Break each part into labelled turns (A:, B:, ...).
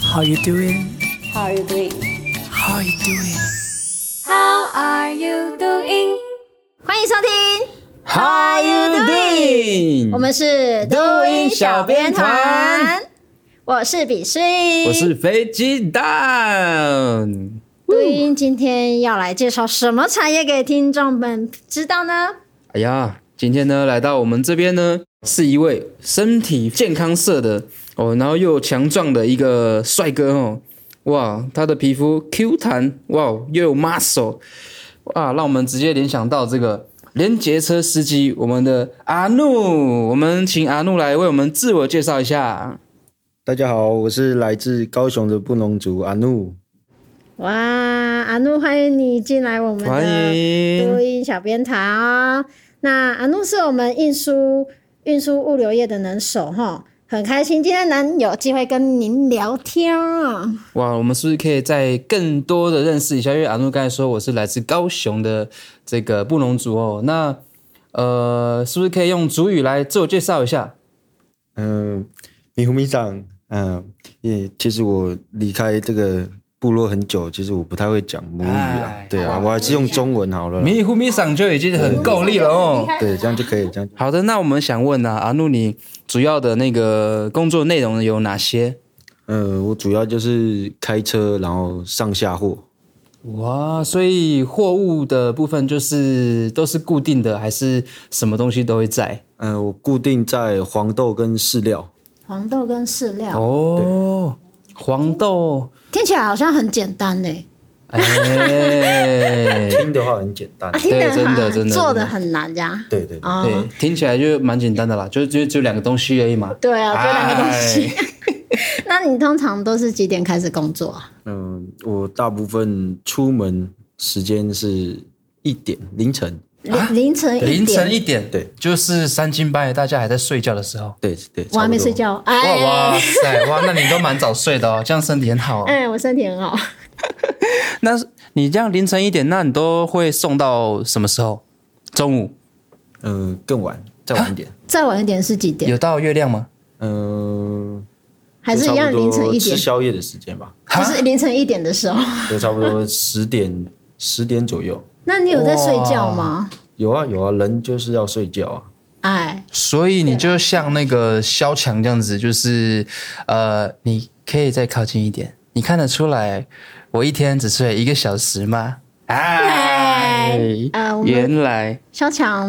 A: How you doing?
B: How are you doing?
A: How you doing?
B: How are you doing?
C: 欢迎收听，
D: How you doing？
C: 我们是
D: 抖嗯音小编团，
C: 我是比心，
D: 我是飞机蛋。
C: 录音，今天要来介绍什么产业给听众们知道呢？
D: 哎呀，今天呢来到我们这边呢，是一位身体健康色的哦，然后又强壮的一个帅哥哦，哇，他的皮肤 Q 弹，哇，又有 muscle，哇，让我们直接联想到这个连结车司机，我们的阿怒，我们请阿怒来为我们自我介绍一下。
E: 大家好，我是来自高雄的布农族阿怒。
C: 哇，阿怒，欢迎你进来我们
D: 欢
C: 的
D: 迎
C: 录，音小编团哦。那阿怒是我们运输运输物流业的能手哈，很开心今天能有机会跟您聊天哦。
D: 哇，我们是不是可以再更多的认识一下？因为阿诺刚才说我是来自高雄的这个布农族哦，那呃，是不是可以用族语来自我介绍一下？
E: 嗯、米糊米长，嗯、也其实我离开这个部落很久，其实我不太会讲母语啊
D: 哎。
E: 对啊，我还是用中文好了啦。
D: 迷糊迷嗓就已经很够力了哦。
E: 对，这样就可以，这样
D: 好的，那我们想问啊，阿诺，你主要的那个工作内容有哪些？
E: 呃，我主要就是开车，然后上下货。
D: 哇，所以货物的部分就是都是固定的，还是什么东西都会在？
E: 呃，我固定在黄豆跟饲料。
C: 黄豆跟饲料、
D: 哦，黄豆，
C: 听起来好像很简单嘞、
D: 哎。
E: 听的话很简单啊
C: 啊，。听得
D: 对
C: 很
D: 真的
C: 好
D: 真的
C: 做
D: 真
C: 的
D: 的
C: 很难呀。
E: 对对，对
C: 哦
D: 对，听起来就蛮简单的啦，就就就两个东西而已嘛。
C: 对啊，就两个东西。
D: 哎。
C: 那你通常都是几点开始工作啊？
E: 嗯、我大部分出门时间是一点凌晨。
C: 凌凌晨 一点，
D: 啊哎凌晨一点，
E: 对，
D: 就是三更半夜大家还在睡觉的时候。
E: 对对，
C: 我还没
E: 差不多
C: 睡。觉。
D: 哇
C: 哎
D: 哇塞哇，那你都蛮早睡的哦，这样身体很好、哦。
C: 哎，我身体很好。
D: 那你这样凌晨一点，那你都会送到什么时候？中午
E: 嗯、更晚，再晚一点。
C: 再晚一点是几点？
D: 有到月亮吗？
E: 嗯，
C: 还是
E: 就
C: 一
E: 差
C: 样
E: 不多
C: 凌晨一点啊
E: 吃，宵夜的时间吧，
C: 就是凌晨一点的时候。
E: 就差不多十点 十点左右。
C: 那你有在睡觉吗？
E: 有啊有啊，人就是要睡觉啊。
C: 哎，
D: 所以你就像那个萧强这样子，就是呃，你可以再靠近一点。你看得出来，我一天只睡一个小时吗？哎
C: 呃我们
D: 原来
C: 小强，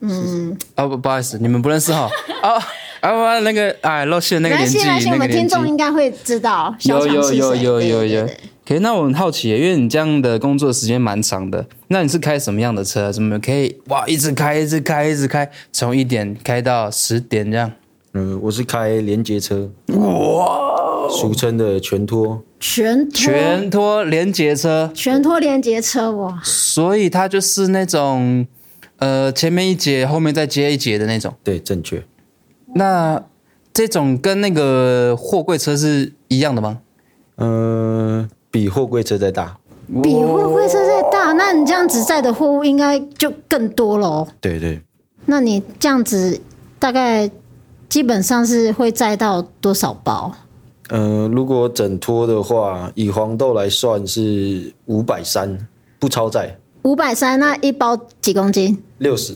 C: 嗯，
D: 哦不不好意思，你们不认识哈。哦啊哇那个哎露馅那
C: 没
D: 个
C: 关
D: 年纪
C: 系，没关系，
D: 那
C: 我
D: 个
C: 们
D: 年
C: 听
D: 纪。
C: 众应该会知道小
D: 有
C: 强
D: 有
C: 是谁。
D: 有有有
C: 对
D: 有。
C: 对对
D: 可是那我很好奇耶，因为你这样的工作时间蛮长的，那你是开什么样的车？怎么可以哇一直开一直开一直开，从一点开到十点这样？
E: 嗯，我是开连接车，哇，哦俗称的全拖。
C: 全托
D: 全拖连接车，
C: 全托连接车哇，
D: 所以它就是那种，呃，前面一节，后面再接一节的那种。
E: 对，正确。
D: 那这种跟那个货柜车是一样的吗？
E: 嗯，比货柜车再大。
C: 比货柜车再大，那你这样子载的货物应该就更多了哦。
E: 对对，
C: 那你这样子大概基本上是会载到多少包？
E: 嗯，如果整拖的话，以黄豆来算是五百三，不超载
C: 五百三，那一包几公斤？
E: 六十。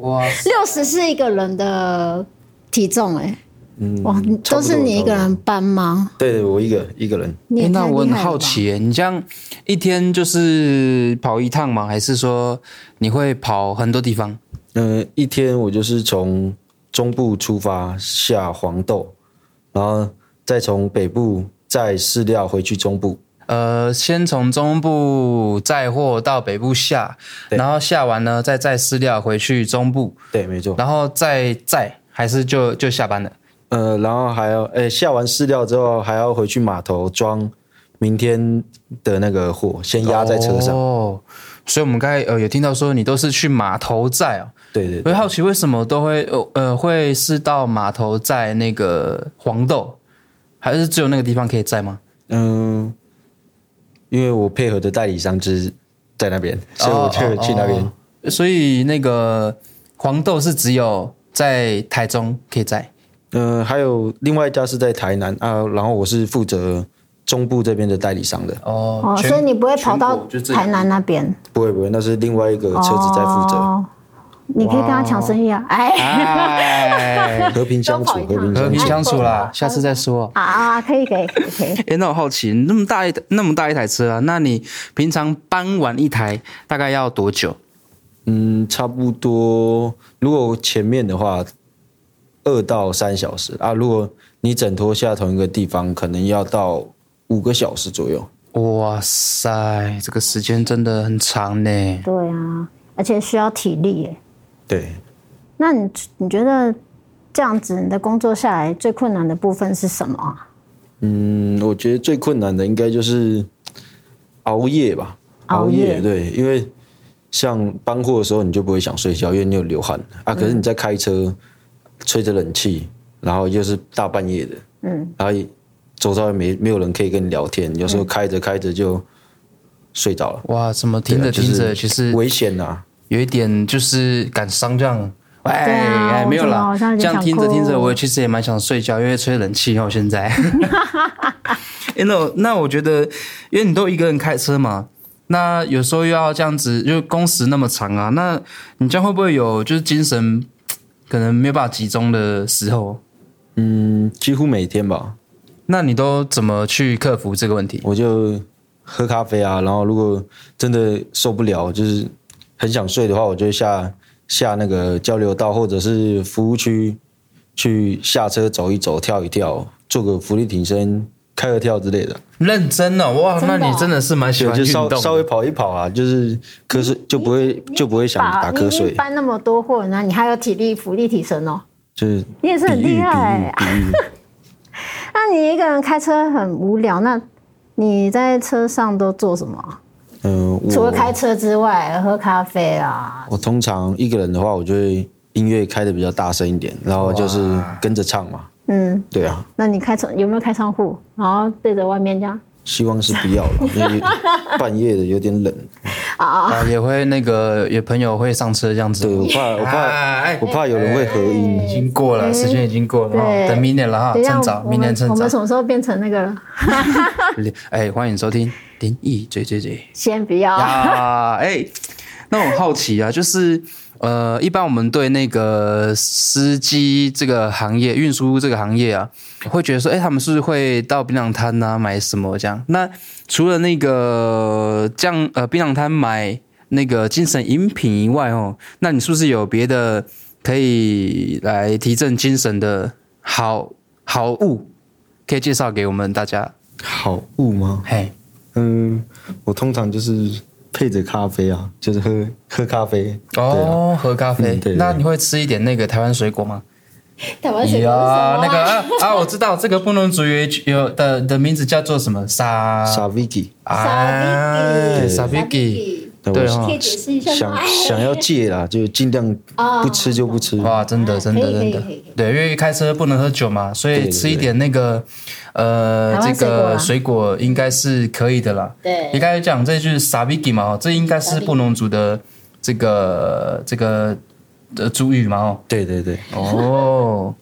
D: 哇，
C: 六十是一个人的体重哎、
E: 嗯，
C: 哇，
E: 差
C: 都
E: 不多
C: 是你一个。
E: 差不
C: 人
E: 多
C: 搬吗？
E: 对对，我一个一个人。
C: 你也
D: 诶那
C: 太
D: 我
C: 厉
D: 很
C: 害了
D: 好
C: 吧，
D: 奇耶，你这样一天就是跑一趟吗？还是说你会跑很多地方？
E: 嗯，一天我就是从中部出发下黄豆，然后再从北部再饲料回去中部。
D: 呃，先从中部载货到北部下，
E: 对
D: 然后下完呢，再载饲料回去中部，
E: 对，没错。
D: 然后再载，还是就就下班了。
E: 呃，然后还要，呃，下完饲料之后还要回去码头装明天的那个货，先压在车上。
D: 哦，所以我们刚才呃有听到说你都是去码头载哦，
E: 对对
D: 我
E: 对，
D: 会好奇为什么都会呃呃会是到码头载那个黄豆，还是只有那个地方可以载吗？
E: 嗯、因为我配合的代理商就是在那边，所以我就
D: 哦
E: 去那边。
D: 哦哦所以那个黄豆是只有在台中可以载。
E: 呃嗯、还有另外一家是在台南啊，然后我是负责中部这边的代理商的，
D: 哦
C: 哦，所以你不会跑
D: 全
C: 到
D: 国就这
C: 台南那边，
E: 不会不会，那是另外一个车子在负责。
C: 哦，你可以跟他抢生意啊，哎，
D: 哎，
E: 和平相处，
C: 都跑一
E: 和
C: 趟
E: 平
D: 和
E: 相
D: 平
E: 处。
D: 相处 啦，下次再说。
C: 啊啊，可以可以可以可以，
D: 哎，那我好奇，那么大一那么大一台车啊，那你平常搬完一台大概要多久？
E: 嗯，差不多。如果前面的话，二到三小时啊。如果你整拖下同一个地方，可能要到五个小时左右。
D: 哇塞，这个时间真的很长呢。
C: 对啊，而且需要体力耶。
E: 对，
C: 那你你觉得这样子你的工作下来最困难的部分是什么啊？
E: 嗯，我觉得最困难的应该就是熬夜吧。
C: 熬夜
E: 对，因为像搬货的时候，你就不会想睡觉，因为你有流汗啊。
C: 嗯
E: 可是你在开车，吹着冷气，然后又是大半夜的，
C: 嗯，
E: 然后也周遭也没没有人可以跟你聊天，有时候开着开着就睡着了。
D: 哇，怎么听着
E: 就是
D: 听着其实
E: 危险啊呐、
D: 有一点就是感伤这样。哎
C: 对啊
D: 哎，
C: 我
D: 没有
C: 怎么
D: 啦
C: 好像，有
D: 这
C: 点
D: 样
C: 想
D: 听着听着，
C: 哭
D: 我其实也蛮想睡觉，因为吹冷气哦。现 在，哎，那我那我觉得，因为你都一个人开车嘛，那有时候又要这样子，就工时那么长啊，那你这样会不会有就是精神可能没有办法集中的时候？
E: 嗯，几乎每天吧，
D: 那你都怎么去克服这个问题？
E: 我就喝咖啡啊，然后如果真的受不了，就是很想睡的话，我就下下那个交流道或者是服务区去下车走一走、跳一跳，做个浮力挺身、开合跳之类的，
D: 认真哦，哇，
C: 真的
D: 那
C: 哦
D: 你真的是蛮喜
E: 就
D: 欢
E: 就
D: 运动
E: 稍
D: 的，
E: 稍微跑一跑啊，就是瞌睡就不会就不会想打
C: 你
E: 瞌
C: 已经
E: 睡，
C: 搬那么多货，那你还有体力、福利提升哦。
E: 就是
C: 你也是很
E: 比喻
C: 厉害啊
E: 比喻比喻。
C: 那你一个人开车很无聊，那你在车上都做什么啊？
E: 嗯，我
C: 除了开车之外，喝咖啡啊啦。
E: 我通常一个人的话，我就会音乐开的比较大声一点，然后就是跟着唱嘛。
C: 嗯，
E: 对啊，
C: 那你开窗有没有开窗户？然后对着外面这样
E: 希望是不 要了，因为半夜的有点冷。
C: 啊？
D: 啊，也会那个有朋友会上车这样子。
E: 对我怕，我怕，
D: 哎
E: 我怕有人会合
D: 已
E: 音。
D: 经过了，时间已经过了，
C: 对
D: 哦等明年了哈，
C: 等一下
D: 趁早，
C: 我们
D: 明年趁
C: 我们什
D: 早。
C: 么时候变成那个了？
D: 哎，欢迎收听灵异追追追
C: 先不要。
D: 啊！哎，那我很好奇啊，就是呃，一般我们对那个司机这个行业、运输这个行业啊，会觉得说，哎，他们是不是会到槟榔摊啊买什么这样？那除了那个这样呃槟榔摊买那个精神饮品以外哦，那你是不是有别的可以来提振精神的好好物，可以介绍给我们大家？
E: 好物吗？
D: 嘿，
E: 嗯，我通常就是配着咖啡啊，就是喝喝咖啡。对啊，
D: 哦，喝咖啡
E: 嗯对
D: 那
E: 对
D: 你会吃一点那个台湾水果吗？
C: 台湾水果是什
D: 哎呀，
C: 么
D: 那个啊，啊我知道这个不能族语有的的名字叫做什么沙
E: 傻 Vicky，
D: 哎沙比基，对
E: 我
D: 哦
B: 可以解释一下
E: 想
B: 吗？
E: 想要戒啦，就尽量不吃就不吃。
D: 啊哇，真的真的
B: 可以可
D: 真
B: 以
D: 的
B: 可以可以，
D: 对，因为开车不能喝酒嘛，所
E: 对
D: 以
E: 对
D: 吃一点那个呃
C: 台
D: 这
C: 湾水果
D: 个
C: 啦
D: 水果应该是可以的啦。
B: 对
D: 你刚才讲这句沙比基嘛，哦这应该是布农族的这个这个呃族语嘛，哦
E: 对对对，
D: 哦，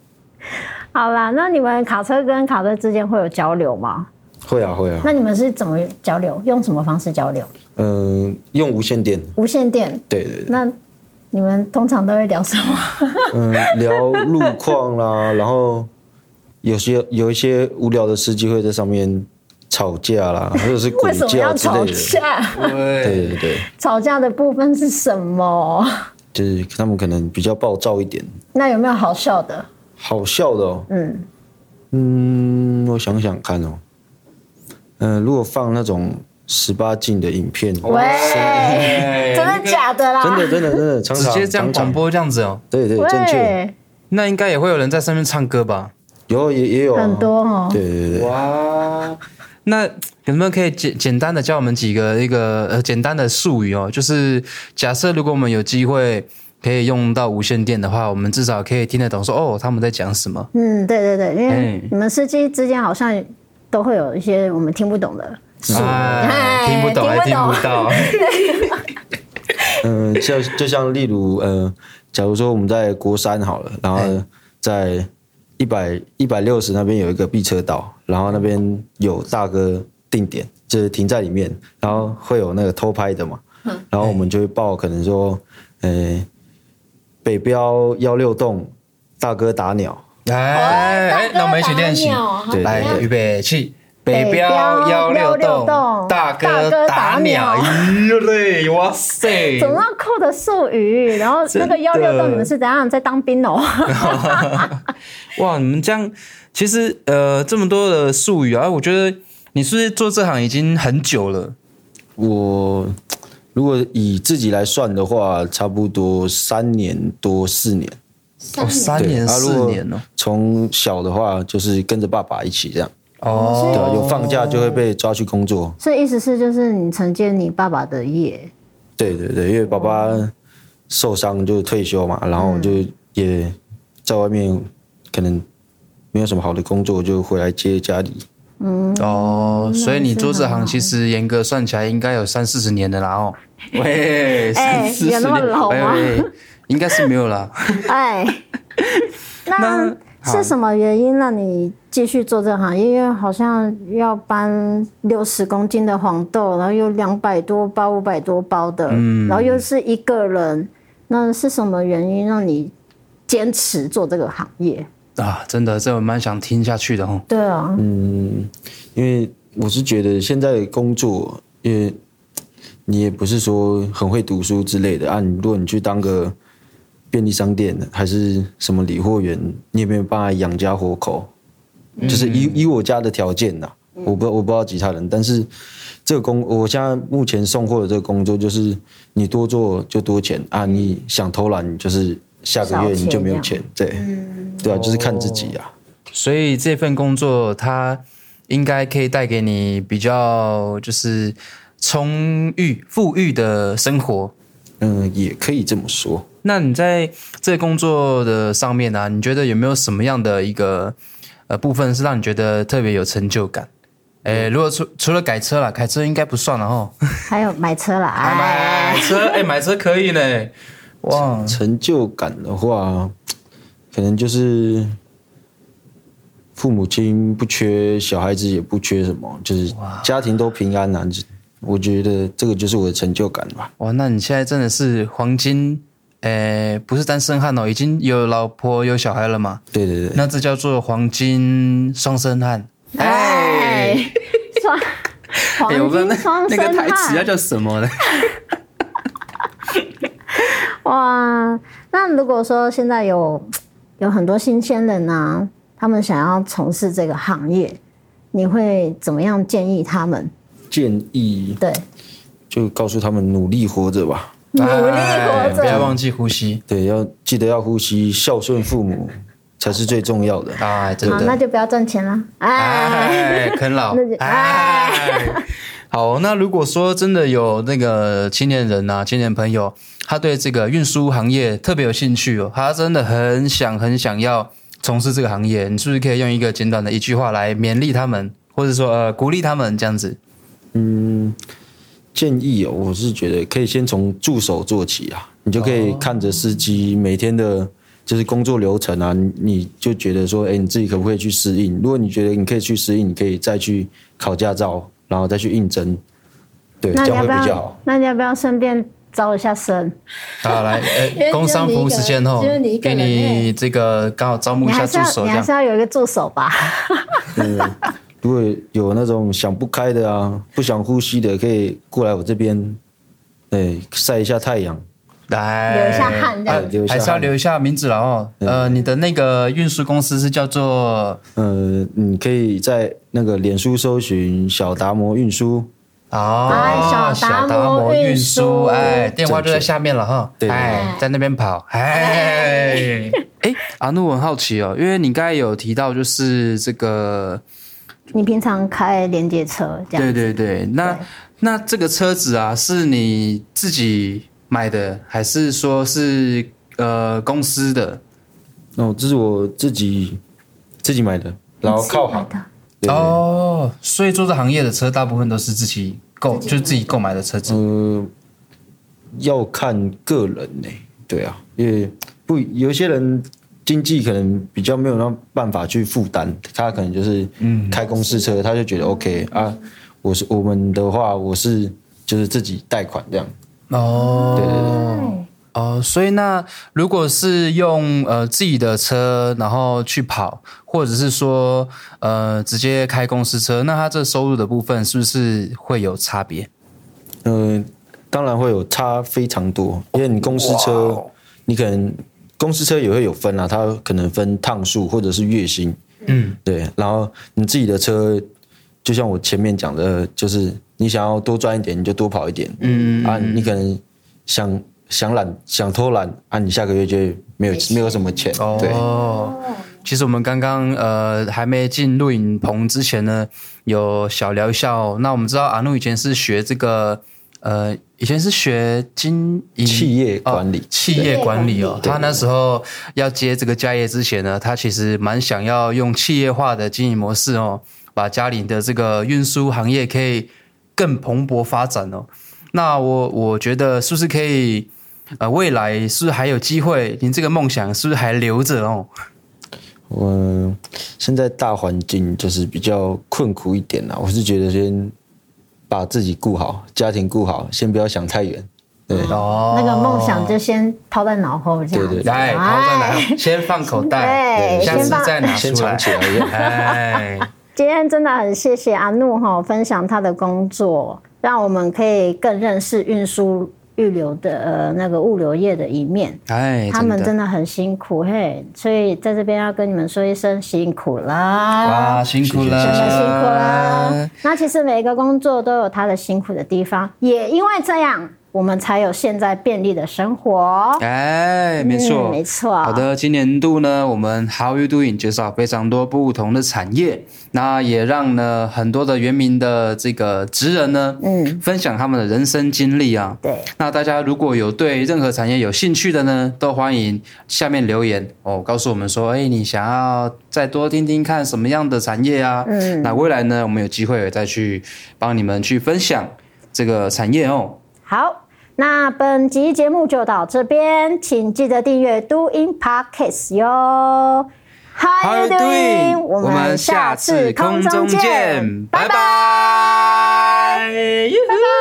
C: 好啦，那你们卡车跟卡车之间会有交流吗？
E: 会啊会啊。
C: 那你们是怎么交流？用什么方式交流？
E: 嗯，用无线电。
C: 无线电？
E: 对对对。
C: 那你们通常都会聊什么？
E: 嗯，聊路况啦，然后有些有一些无聊的司机会在上面吵架啦，或者是鬼
C: 为什么
E: 叫
C: 要
E: 之
C: 吵
E: 类的。
C: 架？
D: 对，
E: 对对对，
C: 吵架的部分是什么？
E: 就是他们可能比较暴躁一点，
C: 那有没有好笑的？
E: 好笑的哦。
C: 嗯，
E: 嗯，我想想看哦。嗯、如果放那种十八禁的影片，真
C: 喂，
D: 哎
C: 真的假的啦？
E: 的真的真的，常
D: 直
E: 常
D: 接这样
E: 常常
D: 广播这样子哦，
E: 对对，正确，
C: 喂，
D: 那应该也会有人在上面唱歌吧？
E: 有也也有啊
C: 很。多哦。
E: 对对对，
D: 哇，那有没有可以简简单的教我们几个一个呃简单的术语哦？就是假设如果我们有机会可以用到无线电的话，我们至少可以听得懂说哦他们在讲什么。
C: 嗯，对对对，因
D: 哎
C: 为你们司机之间好像都会有一些我们听不懂的。
D: 哎，听不懂还听不到，
E: 嗯，就呃就像例如，呃，假如说我们在国三好了，然后在一百一百六十那边有一个避车道，然后那边有大哥定点，就是停在里面，然后会有那个偷拍的嘛，然后我们就会报可能说，呃，北标幺六栋大哥打鸟，
D: 来，哎，那我们一起练习。
E: 对
D: 来，
E: 对
D: 预备起，
C: 北
D: 北
C: 漂
D: 标幺
C: 16
D: 六
C: 栋
D: 栋，大
C: 大哥
D: 哥
C: 打
D: 打
C: 鸟
D: 鸟，咦嘞，哇
E: 哎
D: 塞！
C: 总要扣的术语，然后那个幺六栋你们是怎样在当兵哦？
D: 哇，你们这样，其实呃，这么多的术语啊，我觉得你是不是做这行已经很久了？
E: 我如果以自己来算的话，差不多三年多四年，
D: 哦，三
E: 对
D: 年
E: 啊
D: 四年
E: 如
D: 哦
E: 果。从小的话，就是跟着爸爸一起这样，对啊，
D: 哦，
E: 有放假就会被抓去工作，
C: 所以意思是就是你承接你爸爸的 业，
E: 对对对，因为爸爸受伤就退休嘛，然后我就也在外面可能没有什么好的工作，就回来接家里。
D: 哦，所以你做这行其实严格算起来应该有三四十年的啦哦。 喂，
C: 哎
D: 三四
C: 有
D: 十
C: 那么
D: 年，
C: 老吗
D: 喂？喂应该是没有啦。
C: 哎，那是什么原因让你继续做这行业？因为好像要搬六十公斤的黄豆，然后又两百多包、五百多包的，然后又是一个人，那是什么原因让你坚持做这个行业？
D: 啊，真的，这我蛮想听下去的哦。
C: 对啊，
E: 因为我是觉得现在工作，因为你也不是说很会读书之类的啊。你如果你去当个便利商店还是什么理货员，你也没有办法养家活口。就是以以我家的条件呐、我不我不知道其他人，但是这个工我现在目前送货的这个工作，就是你多做就多钱啊，你想偷懒就是下个月
C: 少钱
E: 你就没有
C: 这
E: 钱，对，对啊，就是看自己啊。
D: 所以这份工作它应该可以带给你比较就是充裕、富裕的生活。
E: 嗯，也可以这么说。
D: 那你在这工作的上面呢、啊，你觉得有没有什么样的一个呃部分是让你觉得特别有成就感？
F: 嗯
D: 哎，如果除除了改车啦，改车应该不算了哦。
C: 还有买车啦，
D: 哎
C: 哎
D: 买车，哎，买车可以呢。哇，
E: 成就感的话，可能就是父母亲不缺，小孩子也不缺什么，就是家庭都平安啊。就我觉得这个就是我的成就感吧。
D: 哇，那你现在真的是黄金，诶，不是单身汉哦，已经有老婆有小孩了嘛？
E: 对对对，
D: 那这叫做黄金双生汉。
C: 哎， 双
F: 哎我
C: 黄
F: 不知道
C: 金双
F: 那那个
C: 生
F: 台词要
C: 汉，
F: 叫什么呢？
C: 哇！那如果说现在有有很多新鲜人啊，他们想要从事这个行业，你会怎么样建议他们？
E: 建议
C: 对，
E: 就告诉他们努力活着吧。
C: 努力活
D: 哎
C: 着
D: 不要忘记呼吸。
E: 对，要记得要呼吸，孝顺父母才是最重要的。
D: 哎，真
C: 好，那
D: 的，
C: 就不要赚钱了。哎，
D: 哎，啃老
C: 那就，
D: 哎。好，那如果说真的有那个青年人啊，青年朋友，他对这个运输行业特别有兴趣哦，他真的很想很想要从事这个行业，你是不是可以用一个简短的一句话来勉励他们，或者说呃鼓励他们这样子？
E: 建议哦，我是觉得可以先从助手做起啊，你就可以看着司
C: 哦
E: 机每天的，就是工作流程啊，你你就觉得说，哎，你自己可不可以去适应？如果你觉得你可以去适应，你可以再去考驾照，然后再去应征，对，
C: 那
E: 这
C: 你
E: 样
C: 要
E: 会
C: 不
E: 比较
C: 要
E: 好？。
C: 那你要不要顺便招一下生？
D: 好， 来，
C: 为
D: 哎，工商服务时间后
C: 只有你一，个
D: 给
C: 人
D: 你这个刚好招募
C: 你
D: 一下
C: 还是
D: 助
C: 要
D: 手，
C: 你
D: 这
C: 还
D: 样
C: 是。要有一个助手吧？
E: 如果有那种想不开的啊，不想呼吸的，可以过来我这边，对，晒一下太阳。
D: 来
C: 留一下汗这样
E: 子哎留一下
D: 还
E: 汗嗯
D: 是要留一下名字了哦。呃，你的那个运输公司是叫做
E: 呃，你可以在那个脸书搜寻小达摩运输，
C: 哎
D: 哦，
C: 小达摩运
D: 运
C: 输
D: 哎，电话就在下面了哈。
E: 对
D: 哎，在那边跑， 哎，哎，阿怒，我很好奇哦，因为你刚才有提到就是这个，
C: 你平常开连接车这
D: 对
C: 样？
D: 对对，那那这个车子啊，是你自己买的，还是说是呃公司的？
E: 哦，这是我自己自己买的，然后靠行。对
D: 哦，所以做这行业的车大部分都是自己购，就是自己购买的车子。
E: 呃，要看个人呢、对啊，因为不有些人经济可能比较没有那办法去负担，他可能就是开公司车，他就觉得 OK 啊，我是我们的话，我是就是自己贷款这样，
G: 哦，对哦，所以那如果是用呃自己的车，然后去跑，或者是说呃直接开公司车，那他这收入的部分是不是会有差别？
E: 嗯，当然会有差非常多，因为你公司车，你可能公司车也会有分啊，它可能分趟数或者是月薪，嗯，对。然后你自己的车，就像我前面讲的，就是你想要多赚一点，你就多跑一点，嗯啊，你可能想想懒想偷懒啊，你下个月就没有没有什么钱，对。
G: 哦，其实我们刚刚呃还没进录影棚之前呢，有小聊一下哦。那我们知道阿怒以前是学这个呃，以前是学经营
E: 企业管理
G: 哦企业管理哦。他那时候要接这个家业之前呢，他其实蛮想要用企业化的经营模式哦，把家里的这个运输行业可以更蓬勃发展哦。那我我觉得是不是可以？呃，未来是不是还有机会？您这个梦想是不是还留着哦？
E: 嗯，现在大环境就是比较困苦一点啦。我是觉得先把自己顾好，家庭顾好，先不要想太远。对，
G: 哦
C: 那个梦想就先抛在脑后，这样
E: 对对
C: 子。
D: 哎
C: 哎
G: 来，抛在哪？先放口袋，
C: 对
G: 下次
C: 先放
G: 再拿
E: 先
G: 出来
E: 藏。起来一下。
G: 哎，
C: 今天真的很谢谢阿怒哈、分享他的工作，让我们可以更认识运输预留的呃那个物流业的一面。
D: 哎，
C: 他们
D: 的
C: 真的很辛苦嘿，所以在这边要跟你们说一声辛苦啦，
G: 哇，辛苦
C: 真的辛苦
G: 了
C: 啦，。那其实每一个工作都有它的辛苦的地方，也因为这样，我们才有现在便利的生活。
D: 哎，没错，
C: 嗯没错
D: 好的，今年度呢，我们 How You Doing 介绍非常多不同的产业，那也让呢很多的原民的这个职人呢，
C: 嗯，
D: 分享他们的人生经历啊。
C: 对，
D: 那大家如果有对任何产业有兴趣的呢，都欢迎下面留言哦，告诉我们说，哎，你想要再多听听看什么样的产业啊？嗯，那未来呢，我们有机会再去帮你们去分享这个产业哦。
C: 好，那本集节目就到这边，请记得订阅 Do In Podcast 哟。How you doing？我们下次空中见，
D: 拜拜。
C: 拜拜。